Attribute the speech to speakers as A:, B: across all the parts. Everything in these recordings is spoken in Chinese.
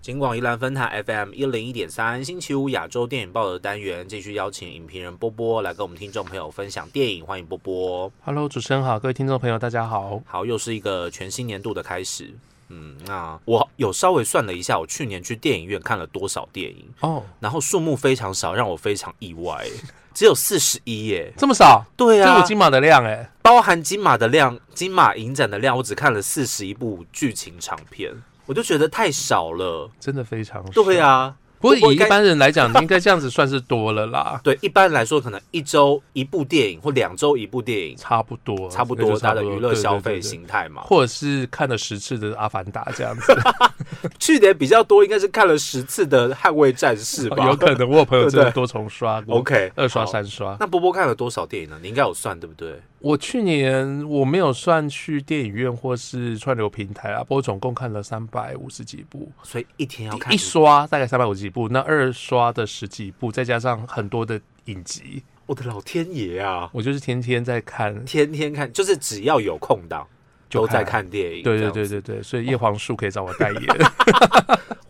A: 金广宜兰分台 FM 一零一点三，星期五亚洲电影报的单元，继续邀请影评人波波来跟我们听众朋友分享电影，欢迎波波。
B: Hello，主持人好，各位听众朋友，大家好。
A: 好，又是一个全新年度的开始。嗯，那我有稍微算了一下，我去年去电影院看了多少电影，
B: 哦，
A: 然后数目非常少，让我非常意 外，只有四十一耶。
B: 这么少，
A: 对
B: 这
A: 啊，
B: 我金马的量哎，
A: 包含金马的量，金马影展的量，我只看了四十一部剧情长片，我就觉得太少了。
B: 真的非常少。
A: 对啊，
B: 不过
A: 我我
B: 以一
A: 该
B: 般人来讲，应该这样子算是多了 啦，
A: 对，一般来说可能一周一部电影或两周一部电影，
B: 差不多，
A: 差不
B: 那
A: 多
B: 就
A: 它
B: 差
A: 的
B: 不多
A: 娱乐消费，
B: 对对对对
A: 形态嘛。
B: 或者是看了十次的《阿凡达》这 样子，
A: 去年比较多应该是看了十次的《捍卫战士》 吧，
B: 有可能我有朋友真
A: 对
B: 的
A: 对
B: 多重刷过
A: OK，
B: 二刷
A: 好。
B: 三刷。
A: 那波波看了多少电影呢？你应该有算对不对？
B: 我去年我没有算去电影院或是串流平台啊，不过总共看了三百五十几部，
A: 所以一天要看
B: 一刷大概三百五十几部，那二刷的十几部，再加上很多的影集，
A: 我的老天爷啊！
B: 我就是天天在看，
A: 天天看，就是只要有空档
B: 就
A: 都在
B: 看
A: 看电影。这
B: 对对
A: 样
B: 对
A: 子哦
B: 对对，所以叶黄素可以找我 代言，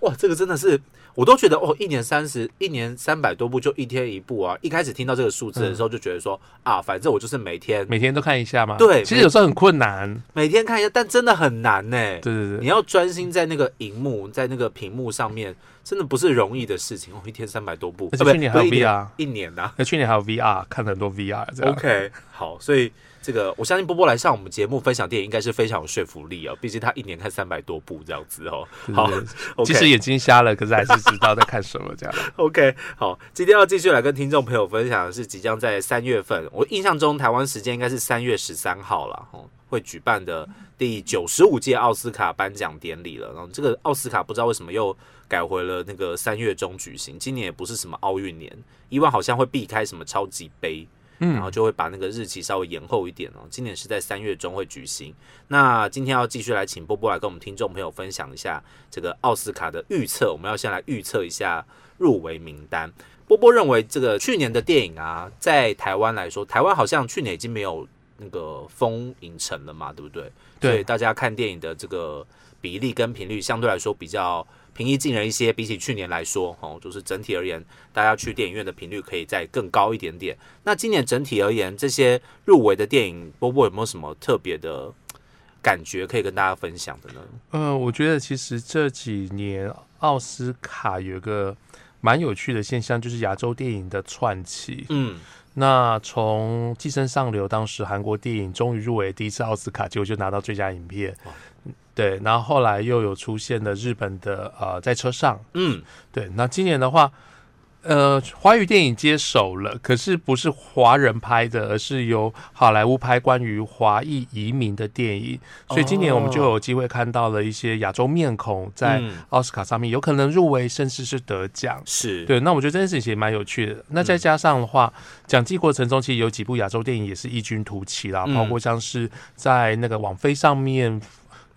A: 哇，这个真的是，我都觉得哦，一年三十，一年三百多部，就一天一部啊。一开始听到这个数字的时候，
B: 嗯
A: 就觉得说、啊，反正我就是每天每
B: 每天都看一下嘛。
A: 对
B: 其实有时候很困难。
A: 天看一下，但真的很难呢、
B: 对对
A: 你
B: 对，
A: 要专心在那个荧幕，在那个屏幕上面，真的不是容易的事情。哦，一天三百多部，
B: 而
A: 啊
B: 且
A: 不
B: 去年还有
A: 不是一年
B: VR
A: 一年呐、
B: 那去年还有 VR，看了很多 VR 这样。
A: OK，好，所以这个我相信波波来上我们节目分享电影，应该是非常有说服力哦。毕竟他一年看三百多部这样子哦。
B: 对
A: 好
B: 对对
A: OK，
B: 即使眼睛瞎了，可是还是知道在看什么这样。
A: OK，好，今天要继续来跟听众朋友分享的是即将在三月份，我印象中台湾时间应该是三月十三号啦，哦，会举办的第九十五届奥斯卡颁奖典礼了。然后这个奥斯卡不知道为什么又改回了那个三月中举行，今年也不是什么奥运年，以往好像会避开什么超级杯。然后就会把那个日期稍微延后一点哦。今年是在三月中会举行。那今天要继续来请波波来跟我们听众朋友分享一下这个奥斯卡的预测。我们要先来预测一下入围名单。波波认为，这个去年的电影啊，在台湾来说，台湾好像去年已经没有那个封影城了嘛，对不对？
B: 对
A: 所以大家看电影的这个比例跟频率相对来说比较平易近人一些，比起去年来说，哦，就是整体而言，大家去电影院的频率可以再更高一点点。那今年整体而言，这些入围的电影，波波有没有什么特别的感觉可以跟大家分享的呢？
B: 嗯，我觉得其实这几年奥斯卡有一个蛮有趣的现象，就是亚洲电影的串起。
A: 嗯，
B: 那从《寄生上流》当时韩国电影终于入围第一次奥斯卡，结果就拿到最佳影片
A: 哇。
B: 对，然后后来又有出现了日本的呃，在车上。
A: 嗯，
B: 对，那今年的话，呃，华语电影接手了，可是不是华人拍的，而是由好莱坞拍关于华裔移民的电影，所以今年我们就有机会看到了一些亚洲面孔在
A: 哦嗯
B: 奥斯卡上面有可能入围，甚至是得奖。
A: 是，
B: 对，那我觉得这件事情也蛮有趣的。那
A: 嗯
B: 再加上的话，讲季过程中其实有几部亚洲电影也是异军突起啦，
A: 嗯
B: 包括像是在那个网飞上面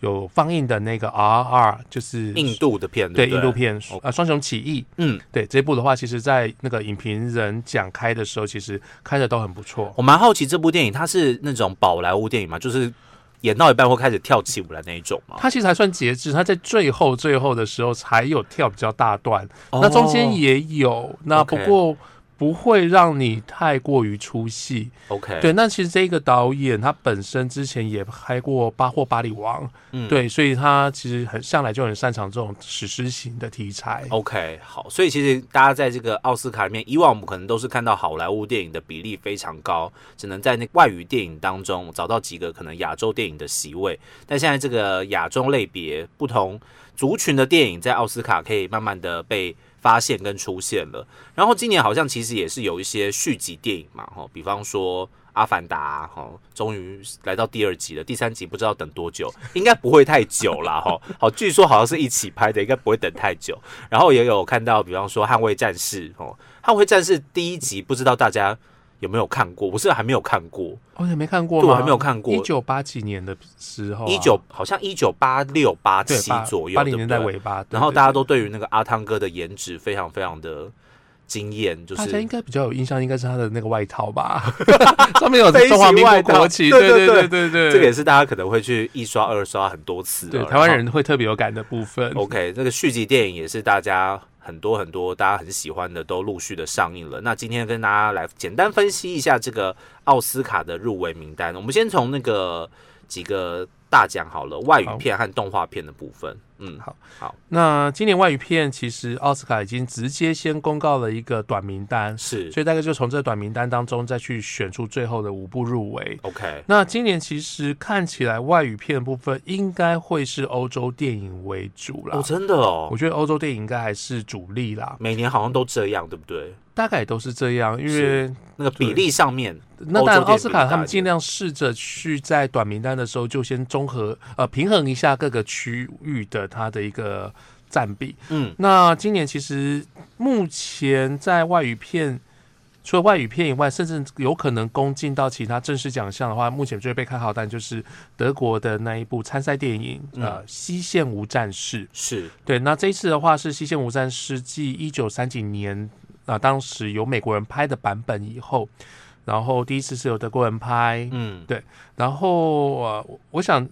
B: 有放映的那个 RR，就是
A: 印度的片，
B: 对
A: 不对哦
B: 印度，片呃双雄起义，
A: 嗯，
B: 对这部的话，其实，在那个影评人讲开的时候，其实开的都很不错。
A: 我蛮好奇这部电影它是那种宝莱坞电影嘛，就是演到一半会开始跳起舞来那一种嘛。
B: 他其实还算节制，他在最后最后的时候才有跳比较大段，那中间
A: 也
B: 也有，那
A: 哦 OK
B: 不过不会让你太过于出戏。
A: OK，
B: 对，那其实这个导演他本身之前也拍过《巴霍巴里王》，
A: 嗯
B: 对，所以他其实很向来就很擅长这种史诗型的题材。
A: OK，好，所以其实大家在这个奥斯卡里面，以往我们可能都是看到好莱坞电影的比例非常高，只能在那外语电影当中找到几个可能亚洲电影的席位。但现在这个亚洲类别不同族群的电影，在奥斯卡可以慢慢的被发现跟出现了。然后今年好像其实也是有一些续集电影嘛，哈，比方说。阿凡达哈，齁终于来到第二集了，第三集不知道等多久，应该不会太久啦哈。齁好，据说好像是一起拍的，应该不会等太久。然后也有看到，比方说《捍卫战士》哦，《捍卫战士》第一集不知道大家有没有看过，我是还没有看过，
B: 哦，你没看过
A: 对
B: 吗？
A: 我还没有看过
B: 一九八几年的时候啊、
A: 一九好像一九八六八
B: 对
A: 七左右，
B: 八
A: 对
B: 零
A: 不
B: 年代
A: 对
B: 尾巴，对
A: 然后
B: 对
A: 大家
B: 对
A: 都对于那个阿汤哥的颜值非常非常的经验，就
B: 大家应
A: 是
B: 该比较有印象，应该是他的那个外套 吧，上面有中华
A: 飞行
B: 民
A: 外
B: 国
A: 套
B: 国旗，
A: 对对
B: 对对对对，
A: 这个也是大家可能会去一刷、二刷很哦多次了。啊
B: 对
A: 然后
B: 台湾人会特别有感的部分。
A: OK，这个续集电影也是大家很多很多大家很喜欢的，都陆续的上映了。那今天跟大家来简单分析一下这个奥斯卡的入围名单。我们先从那个几个大奖好了，外语片和动画片的部分。嗯，
B: 好
A: 好
B: 那今年外语片其实奥斯卡已经直接先公告了一个短名单，
A: 是
B: 所以大概就从这短名单当中再去选出最后的五部入围。
A: OK，
B: 那今年其实看起来外语片部分应该会是欧洲电影为主啦
A: 哦，，真的哦
B: 我，觉得欧洲电影应该还是主力啦，
A: 每年好像都这样，对不对？
B: 大概也都是这样，因为
A: 那个比例上面，
B: 那当然，奥斯卡他们
A: 尽
B: 尽
A: 量
B: 量试着去在短名单的时候就先综合呃平衡一下各个区域的它的一个占比。
A: 嗯
B: 那今年其实目前在外语片。除了外语片以外，甚至有可能攻进到其他正式奖项的话，目前最被看好，但就是德国的那一部参赛电影，呃，《西线无战事》。
A: 是
B: 对，那这一次的话是《西线无战事》继一九三几年啊、当时由美国人拍的版本以后，然后第一次是由德国人拍，
A: 嗯
B: 然后呃，我我想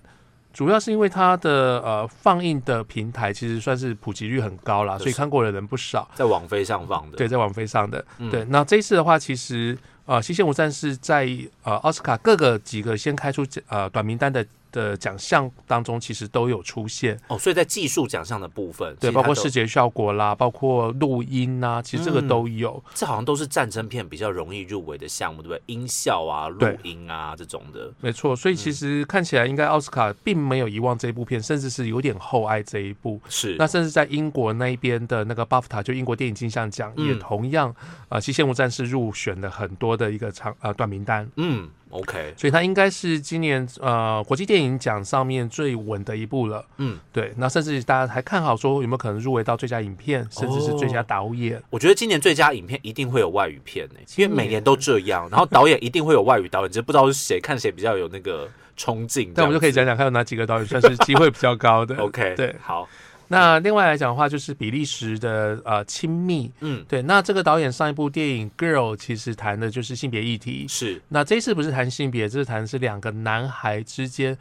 B: 主要是因为它的呃放映的平台其实算是普及率很高啦，
A: 是
B: 所以看过的人不少。
A: 在网飞上放的，
B: 对，在网飞上的。
A: 嗯
B: 对，那这一次的话，其实呃，《西线无战事》在呃奥斯卡各个几个先开出呃短名单的的奖项当中，其实都有出现。
A: 哦，所以在技术奖项的部分，
B: 对，
A: 其实它
B: 包括
A: 都
B: 视觉效果啦，包括录音呐、其实这个
A: 嗯
B: 都有。
A: 这好像都是战争片比较容易入围的项目，对不对？音效啊、录
B: 对
A: 音啊这种的，
B: 没错，所以其
A: 嗯
B: 实看起来应该奥斯卡并没有遗忘这一部片，甚至是有点厚爱这一部。
A: 是
B: 那甚至在英国那一边的那个巴夫塔，就英国电影金像奖，
A: 嗯
B: 也同样呃《西线无战事》入选了很多的一个长呃短名单，
A: 嗯，OK，
B: 所以它应该是今年呃国际电影奖上面最稳的一部了。
A: 嗯，
B: 对，那甚至大家还看好说有没有可能入围到最佳影片，甚至是最佳
A: 哦
B: 导演。
A: 我觉得今年最佳影片一定会有外语片呢、因
B: 今
A: 为
B: 年
A: 每年都这样，然后导演一定会有外语导演，只是不知道是谁，看谁比较有那个冲劲。
B: 但我们就可以
A: 这样
B: 讲讲看有哪几个导演算是机会比较高的
A: 子。，OK，
B: 对
A: 好，
B: 那另外来讲的话，就是比利时的呃亲密，
A: 嗯，
B: 对，那这个导演上一部电影《Girl》其实谈的就是性别议题。
A: 是
B: 那这一次不是谈性别，这次谈的是两个男孩之间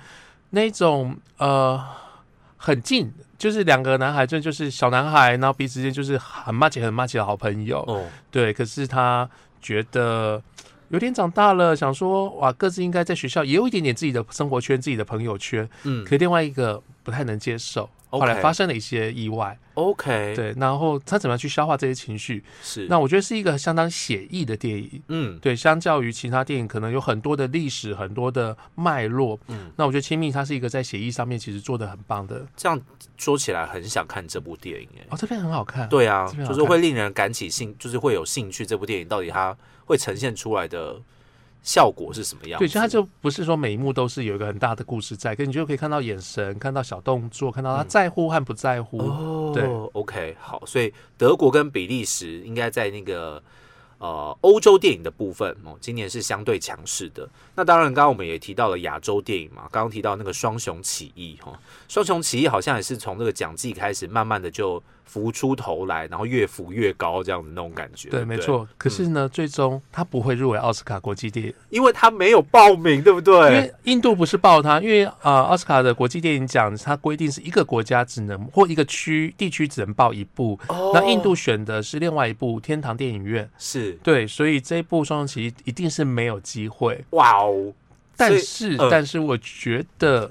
B: 那种呃很近，就是两个男孩，这就是小男孩，然后彼此之间就是很骂姐很骂姐的好朋友。
A: 哦，
B: 对，可是他觉得有点长大了，想说哇，各自应该在学校也有一点点自己的生活圈、自己的朋友圈。
A: 嗯
B: 可另外一个不太能接受，后
A: OK
B: 来发生了一些意外，
A: ，OK，，
B: 对，然后他怎么样去消化这些情绪？
A: 是
B: 那我觉得是一个相当写意的电影。
A: 嗯
B: 对，相较于其他电影，可能有很多的历史、很多的脉络。
A: 嗯，
B: 那我觉得《亲密》它是一个在写意上面其实做的很棒的。
A: 这样说起来很想看这部电影哎、
B: 哦，这片很好看。
A: 对啊，
B: 这边好
A: 就是会令人感起兴，就是会有兴趣。这部电影到底它会呈现出来的效果是什么样子？
B: 对，就它就不是说每一幕都是有一个很大的故事在，可你就可以看到眼神，看到小动作，看到他
A: 嗯
B: 在乎和不在乎。
A: 哦，
B: 对
A: ，OK，好，所以德国跟比利时应该在那个呃欧洲电影的部分哦，今年是相对强势的。那当然，刚刚我们也提到了亚洲电影嘛，刚刚提到那个双雄起义哈、哦，双雄起义好像也是从这个奖季开始，慢慢的就浮出头来，然后越浮越高这样子那种感觉。
B: 对，
A: 不
B: 没，错。可是
A: 嗯
B: 呢，最终他不会入围奥斯卡国际电影，
A: 因为他没有报名，对不
B: 因
A: 对？
B: 为印度不是报他，因为呃，奥斯卡的国际电影奖它规定是一个国家只能或一个区地区只能报一部，
A: 哦
B: 那印度选的是另外一部《天堂电影院》。
A: 是
B: 对，所以这一部《双雄起义》一定是没有机会。
A: 哇哦，
B: 但
A: 所以
B: 是，
A: 呃
B: 但是我觉得，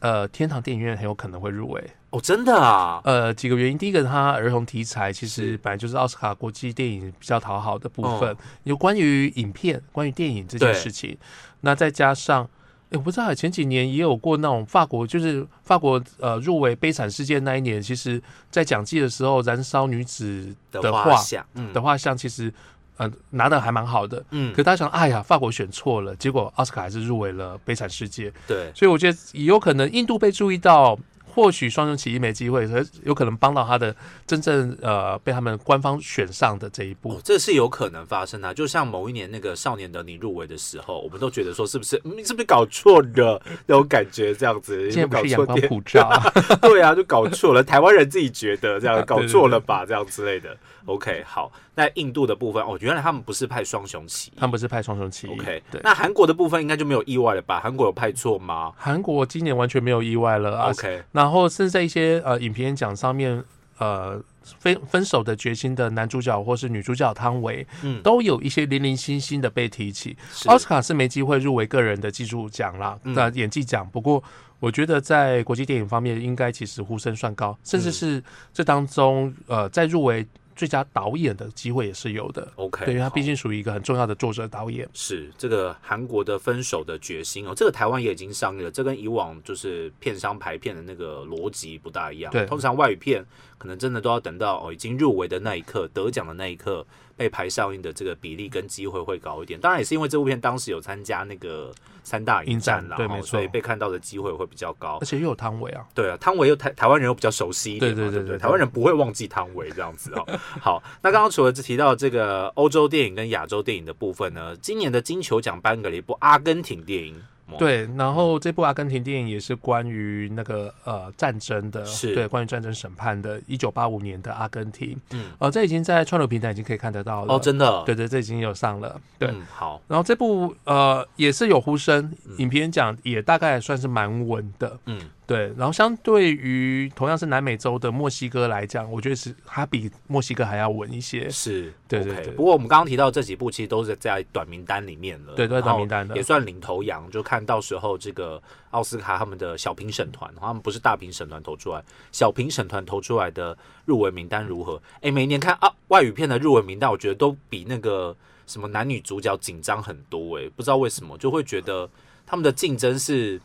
B: 呃，天堂电影院很有可能会入围。
A: 哦，真的啊，
B: 呃，几个原因，第一个，它儿童题材其
A: 是
B: 实本来就是奥斯卡国际电影比较讨好的部分，
A: 哦
B: 有关于影片、关于电影这件事情。那再加上，诶我不知道前几年也有过那种法国，就是法国呃入围《悲惨世界》那一年，其实在讲季的时候，《燃烧女子
A: 的
B: 的
A: 画
B: 画
A: 像，嗯
B: 的画像》其实呃拿的还蛮好的。
A: 嗯
B: 可，大家想，哎呀，法国选错了，结果奥斯卡还是入围了《悲惨世界》，
A: 对，
B: 所以我觉得也有可能印度被注意到，或许双雄起义没机会，可是有可能帮到他的真正呃被他们官方选上的这一步。
A: 哦，这是有可能发生的啊、就像某一年那个《少年的你》入围的时候，我们都觉得说是不是、嗯、是不是搞错了那种感觉，这样子，
B: 现在不是阳
A: 搞错
B: 光
A: 电
B: 普照，
A: 对啊，就搞错了，台湾人自己觉得这样搞
B: 对对
A: 错了吧，这样之类的。OK，好，那印度的部分哦，原来他们不是派双雄旗
B: 他们不是派双雄起义。
A: ，OK，
B: 对。
A: 那韩国的部分应该就没有意外了吧？韩国有派错吗
B: 韩国今年完全没有意外了啊
A: ？OK，
B: 然后甚至在一些呃影片奖上面，呃分分手的决心的男主角或是女主角汤唯，
A: 嗯
B: 都有一些零零星星的被提起。
A: 是
B: 奥斯卡是没机会入围个人的技术奖啦，
A: 嗯
B: 那、演技奖。不过我觉得在国际电影方面，应该其实呼声算高，甚至
A: 嗯
B: 是这当中呃在入围最佳导演的机会也是有的。
A: OK，
B: 对，因为他
A: 好
B: 毕竟属于一个很重要的作者导演。
A: 是这个韩国的分手的决心哦，这个台湾也已经上映了，这跟以往就是片商排片的那个逻辑不大一样。
B: 对
A: 通常外语片可能真的都要等到哦已经入围的那一刻、得奖的那一刻被排上映的这个比例跟机会会高一点。当然也是因为这部片当时有参加那个三大影展啦，
B: 影展对
A: 哦
B: 没错
A: 所以被看到的机会会比较高
B: 而。且又有汤唯啊，
A: 对啊，汤唯又台台湾人又比较熟悉一点嘛，
B: 对对
A: 对
B: 对
A: 不
B: 对对
A: 台湾人不会忘记汤唯这样子哦。 好，那刚刚除了提到这个欧洲电影跟亚洲电影的部分呢，今年的金球奖颁给了一部阿根廷电影，哦，
B: 对，然后这部阿根廷电影也是关于那个呃战争的，
A: 是
B: 对，关于战争审判的，一九八五年的阿根廷，
A: 嗯，
B: 呃，这已经在串流平台已经可以看得到了，
A: 哦，真的，
B: 对对，这已经有上了，对。
A: 嗯，好，
B: 然后这部呃也是有呼声，影片奖也大概算是蛮稳的，
A: 嗯，
B: 对。然后相对于同样是南美洲的墨西哥来讲，我觉得是它比墨西哥还要稳一些，
A: 是，
B: 对对
A: OK
B: 对
A: 不过我们刚刚提到这几部其实都是在短名单里面了，
B: 对，都在短名单的
A: 也。算领头羊，就看到时候这个奥斯卡他们的小评审团，他们不是大评审团投出来，小评审团投出来的入围名单如何？诶，每一年看啊外语片的入围名单，我觉得都比那个什么男女主角紧张很多、诶，不知道为什么，就会觉得他们的竞争是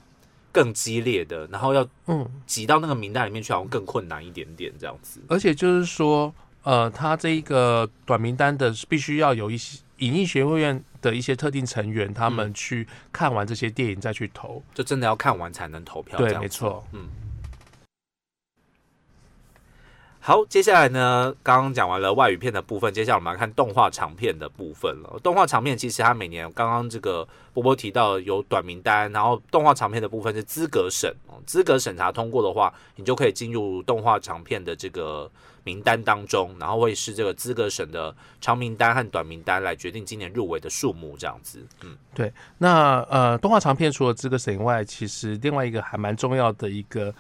A: 更激烈的，然后要
B: 嗯，
A: 挤到那个名单里面去，好像更困难一点点这样子。
B: 而且就是说，呃，他这一个短名单的是必须要有一些影艺学会院的一些特定成员，他
A: 嗯
B: 们去看完这些电影再去投。
A: 就真的要看完才能投票。
B: 对
A: 这样
B: 没
A: 子
B: 错。
A: 嗯。好，接下来呢，刚刚讲完了外语片的部分，接下来我们来看动画长片的部分了。动画长片其实它每年刚刚这个波波提到有短名单，然后动画长片的部分是资格审，哦资格审查通过的话，你就可以进入动画长片的这个名单当中，然后会是这个资格审的长名单和短名单来决定今年入围的数目，这样子。嗯，
B: 那呃，动画长片除了资格审以外，其实另外一个还蛮重要的一个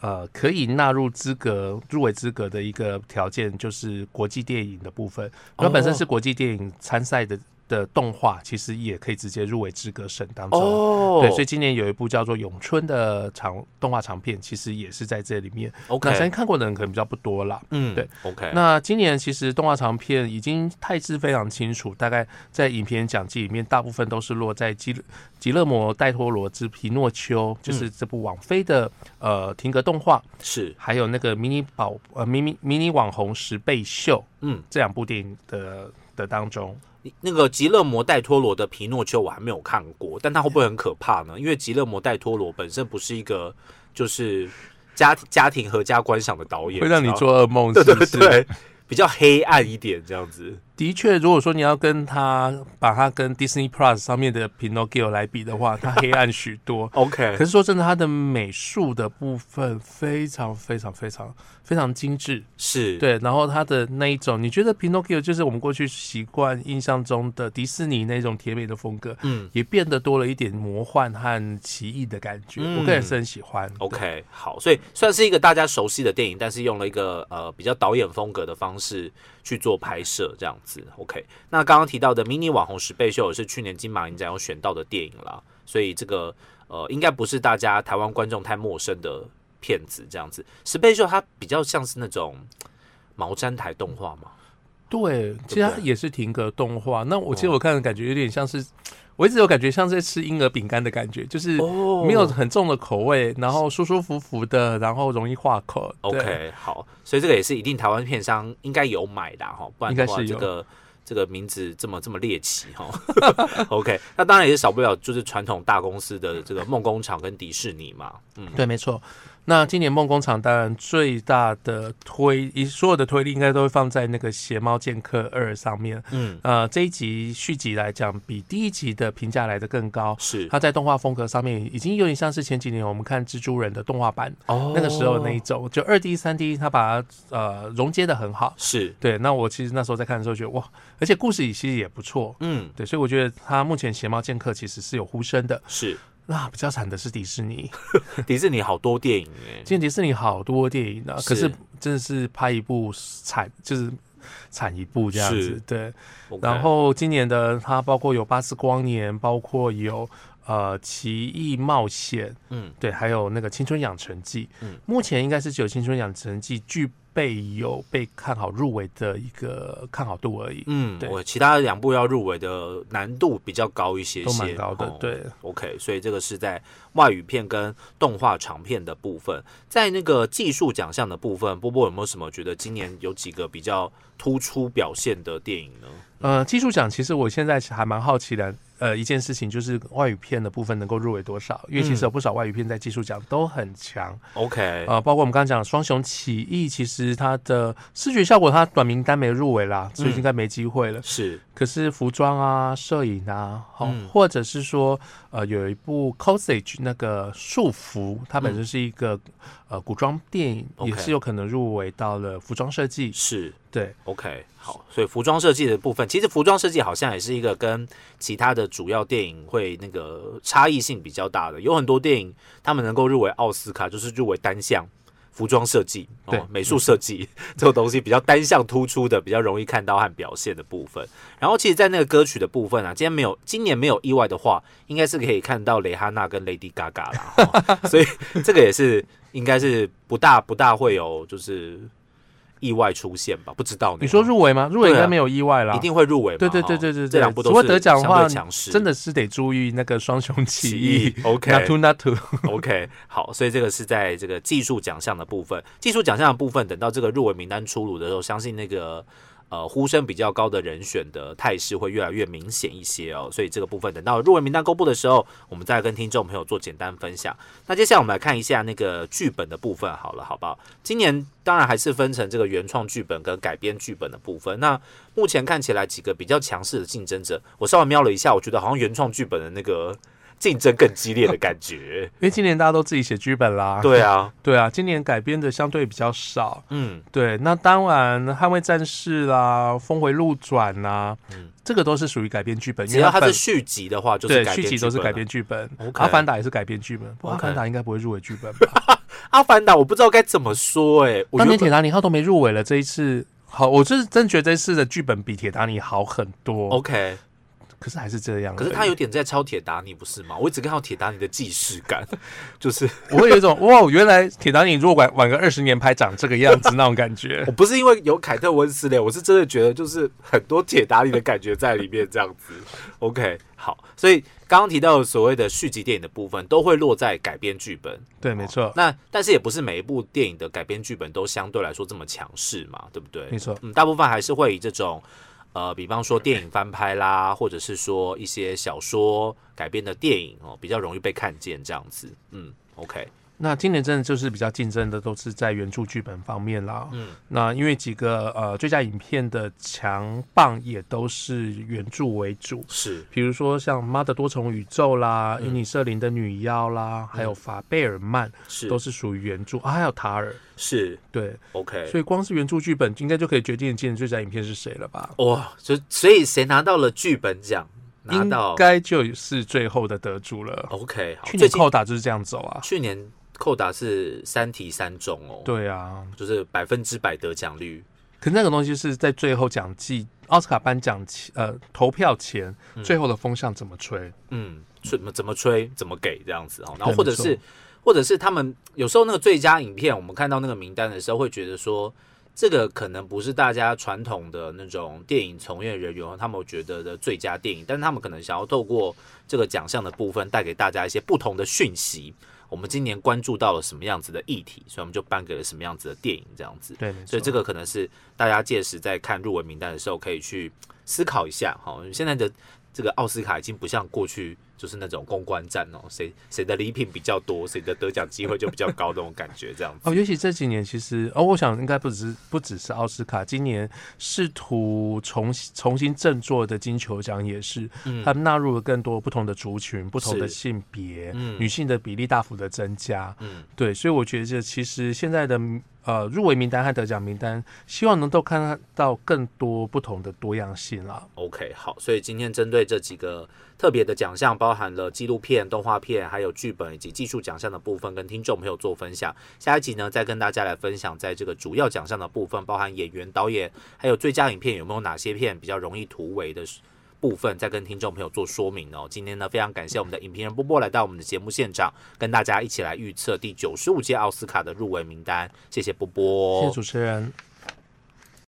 B: 呃，可以纳入资格入围资格的一个条件，就是国际电影的部分。它本
A: 哦
B: 身是国际电影参赛的的动画，其实也可以直接入围资格审当中。
A: 哦
B: 对，所以今年有一部叫做《咏春》的长动画长片，其实也是在这里面。
A: OK，
B: 那相信看过的人可能比较不多啦。
A: 嗯，
B: 对
A: ，OK，
B: 那今年其实动画长片已经态势非常清楚，大概在影片奖季里面，大部分都是落在基吉勒摩·戴托罗之《皮诺丘》，就是这部网飞的呃停格动画，
A: 是，
B: 还有那个迷你宝呃迷你迷你网红十倍秀
A: 嗯，
B: 这两部电影的的当中。
A: 那个极乐魔戴托罗的《皮诺丘》我还没有看过，但它会不会很可怕呢？因为极乐魔戴托罗本身不是一个就是家家庭合家观赏的导演，
B: 会让你
A: 知道吗，
B: 做噩梦，是不是？
A: 对，比较黑暗一点这样子。。
B: 的确，如果说你要跟他把它跟 Disney Plus 上面的 Pinocchio 来比的话，它黑暗许多
A: OK，
B: 可是说真的，它的美术的部分非常非常非常非常精致，
A: 是，
B: 对。然后它的那一种，你觉得 Pinocchio 就是我们过去习惯印象中的迪士尼那种甜美的风格，
A: 嗯
B: 也变得多了一点魔幻和奇异的感觉。
A: 嗯
B: 我个人是很喜欢。
A: ，OK，好，所以算是一个大家熟悉的电影，但是用了一个呃比较导演风格的方式去做拍摄，这样子。OK，那刚刚提到的《迷你网红十倍秀》也是去年金马影展有选到的电影啦，所以这个呃应该不是大家台湾观众太陌生的片子，这样子。十倍秀它比较像是那种毛毡台动画嘛，
B: 对，其实
A: 对哦
B: 它也是停格动画。那我其实我看的感觉有点像是，我一直有感觉像在吃婴儿饼干的感觉，就是
A: 哦
B: 没有很重的口味，然后舒舒服服的，然后容易化口。对
A: OK，好，所以这个也是一定台湾片商应该有买的哈，不然的
B: 应
A: 话
B: 该是
A: 这
B: 有
A: 个这个名字这么这么猎奇哈。OK，那当然也少不了就是传统大公司的这个梦工厂跟迪士尼嘛，嗯，
B: 对，没错。那今年梦工厂当然最大的推，一所有的推力应该都会放在那个《邪猫剑客二》上面。
A: 嗯，
B: 呃，这一集续集来讲，比第一集的评价来的更高。
A: 是
B: 它在动画风格上面已经有点像是前几年我们看蜘蛛人的动画版、
A: 哦
B: 那个时候那一种，就二 D、三 D，它把它呃融接的很好。
A: 是
B: 对，那我其实那时候在看的时候觉得哇，而且故事其实也不错。
A: 嗯
B: 对，所以我觉得它目前《邪猫剑客》其实是有呼声的。
A: 是
B: 那比较惨的是迪士尼，
A: 迪士尼好多电影哎、
B: 今天迪士尼好多电影啊，
A: 是
B: 可是真的是拍一部惨，就是惨一部这样
A: 是
B: 子。对，
A: 我看
B: 然后今年的它包括有《巴斯光年》，包括有呃《奇异冒险》，
A: 嗯
B: 对，还有那个《青春养成记》。
A: 嗯
B: 目前应该是只有《青春养成记》具备有被看好入围的一个看好度而已，
A: 嗯，
B: 对
A: 我其他两部要入围的难度比较高一些些，
B: 都蛮高的
A: 哦。
B: 对，
A: OK，所以这个是在外语片跟动画长片的部分，在那个技术奖项的部分，波波有没有什么觉得今年有几个比较突出表现的电影呢？
B: 呃，技术奖其实我现在还蛮好奇的，呃，一件事情就是外语片的部分能够入围多少，因为其实有
A: 嗯
B: 不少外语片在技术奖都很强，
A: OK，、
B: 呃，包括我们刚刚讲《双雄起义》，其实它的视觉效果，它短名单没入围啦，
A: 嗯
B: 所以应该没机会了。
A: 是
B: 可是服装啊、摄影啊，好、
A: 嗯
B: 或者是说，呃，有一部 cosage 那个束缚，它本身是一个、呃古装电影，
A: 嗯 OK
B: 也是有可能入围到了服装设计。
A: 是
B: 对，
A: OK，好，所以服装设计的部分，其实服装设计好像也是一个跟其他的主要电影会那个差异性比较大的，有很多电影他们能够入围奥斯卡，就是入围单项。服装设计、
B: 对
A: 哦、美术设计 这种东西比较单向突出的，比较容易看到和表现的部分。然后，其实，在那个歌曲的部分啊，今天没有，今年没有意外的话，应该是可以看到蕾哈娜跟 Lady Gaga 啦。 哦所以，这个也是应该是不大不大会有就是意外出现吧？不知道呢
B: 你说入围吗？入围应
A: 啊
B: 该没有意外啦。
A: 一定会入围嘛？
B: 对对对
A: 哈
B: 对对对，
A: 这两部都
B: 不过
A: 是
B: 得奖的话
A: 相对强，势，
B: 真的是得注意那个双雄起
A: 起
B: 义
A: 义。。OK
B: n a t u n a t u
A: OK，好， 所以这个是在这个技术奖项的部分，技术奖项的部分，等到这个入围名单出炉的时候，相信那个。呃，呼声比较高的人选的态势会越来越明显一些哦，所以这个部分等到入围名单公布的时候，我们再跟听众朋友做简单分享。那接下来我们来看一下那个剧本的部分，好了，好不好？今年当然还是分成这个原创剧本跟改编剧本的部分。那目前看起来几个比较强势的竞争者，我稍微瞄了一下，我觉得好像原创剧本的那个竞争更激烈的感觉。
B: 因为今年大家都自己写剧本啦。
A: 对啊，
B: 对啊，今年改编的相对比较少。
A: 嗯，
B: 对，那当然，《捍卫战士》啦，《峰回路转》啦，这个都是属于改编剧本，
A: 嗯
B: 因
A: 只
B: 为
A: 要它
B: 本
A: 是续集的话，就是
B: 对
A: 改
B: 续
A: 编
B: 集
A: 剧
B: 都是
A: 本啊
B: 改
A: 了
B: 编。剧本，《
A: OK
B: 阿凡达》也是改编剧本，不过《阿
A: OK
B: 凡达》应该不会入围剧本吧？
A: 阿凡啊达我不知道该怎么说哎、我
B: 当年
A: 原
B: 《铁
A: 本
B: 达尼号》都没入围了，这一次好，我就是真觉得这次的剧本比《铁达尼》好很多，
A: OK，
B: 可是还是这样而
A: 哦
B: 已。
A: 可是他有点在抄铁达尼，不是吗？我一直看到铁达尼的既视感， 就是
B: 我会有一种哇，原来《铁达尼》如果晚晚个二十年拍长这个样子那种感觉
A: 我。不是因为有凯特温斯雷，我是真的觉得就是很多铁达尼的感觉在里面这样子。OK，好，所以刚刚提到的所谓的续集电影的部分，都会落在改编剧本。
B: 对，没错，
A: 那但是也不是每一部电影的改编剧本都相对来说这么强势嘛，对不对？
B: 没错
A: 嗯，大部分还是会以这种。呃，比方说电影翻拍啦， 或者是说一些小说改编的电影哦，比较容易被看见这样子。嗯，OK，
B: 那今年真的就是比较竞争的，都是在原著剧本方面啦。嗯，那因为几个呃最佳影片的强棒也都是原著为主，
A: 是
B: 比如说像《妈的多重宇宙》啦，《伊尼舍林的女妖》啦，还有《法贝尔曼》
A: 是
B: 嗯都是属于原著啊，还有《塔尔》。
A: 是
B: 对，
A: OK，
B: 所以光是原著剧本应该就可以决定今年最佳影片是谁了吧？
A: 哇，就所以谁拿到了剧本奖，拿
B: 应
A: 到
B: 该就是最后的得主了。
A: OK 好，
B: 去
A: 最
B: 年
A: 近
B: 扣打就是这样走啊。
A: 去年扣打是三题三中哦，，
B: 对啊，
A: 就是百分之百得奖率，
B: 可是那个东西是在最后奖季奥斯卡颁奖前，呃，投票前、最后的风向怎么吹？
A: 嗯，怎么怎么吹怎么给这样子哦，然后
B: 对
A: 或者
B: 没错
A: 是或者是他们有时候那个最佳影片，我们看到那个名单的时候，会觉得说。这个可能不是大家传统的那种电影从业人员他们觉得的最佳电影，但是他们可能想要透过这个奖项的部分带给大家一些不同的讯息。我们今年关注到了什么样子的议题，所以我们就颁给了什么样子的电影这样子。
B: 对，没错
A: 所以这个可能是大家届时在看入围名单的时候可以去思考一下哈。现在的这个奥斯卡已经不像过去就是那种公关战哦，谁谁的礼品比较多，谁的得奖机会就比较高那种感觉，这样子。
B: 哦，尤其这几年，其实哦，我想应该不只是不只是奥斯卡，今年试图重重新振作的金球奖也是，他们纳入了更多不同的族群、不同的
A: 嗯是
B: 性别，
A: 嗯
B: 女性的比例大幅的增加。
A: 嗯，
B: 对，所以我觉得其实现在的呃入围名单和得奖名单，希望能够看到更多不同的多样性啦。
A: OK，好，所以今天针对这几个特别的奖项，包含了纪录片、动画片，还有剧本以及技术奖项的部分，跟听众朋友做分享。下一集呢，再跟大家来分享在这个主要奖项的部分，包含演员、导演，还有最佳影片有没有哪些片比较容易突围的部分，再跟听众朋友做说明哦。今天呢，非常感谢我们的影评人波波来到我们的节目现场，跟大家一起来预测第九十五届奥斯卡的入围名单。谢谢波波，
B: 谢谢主持人。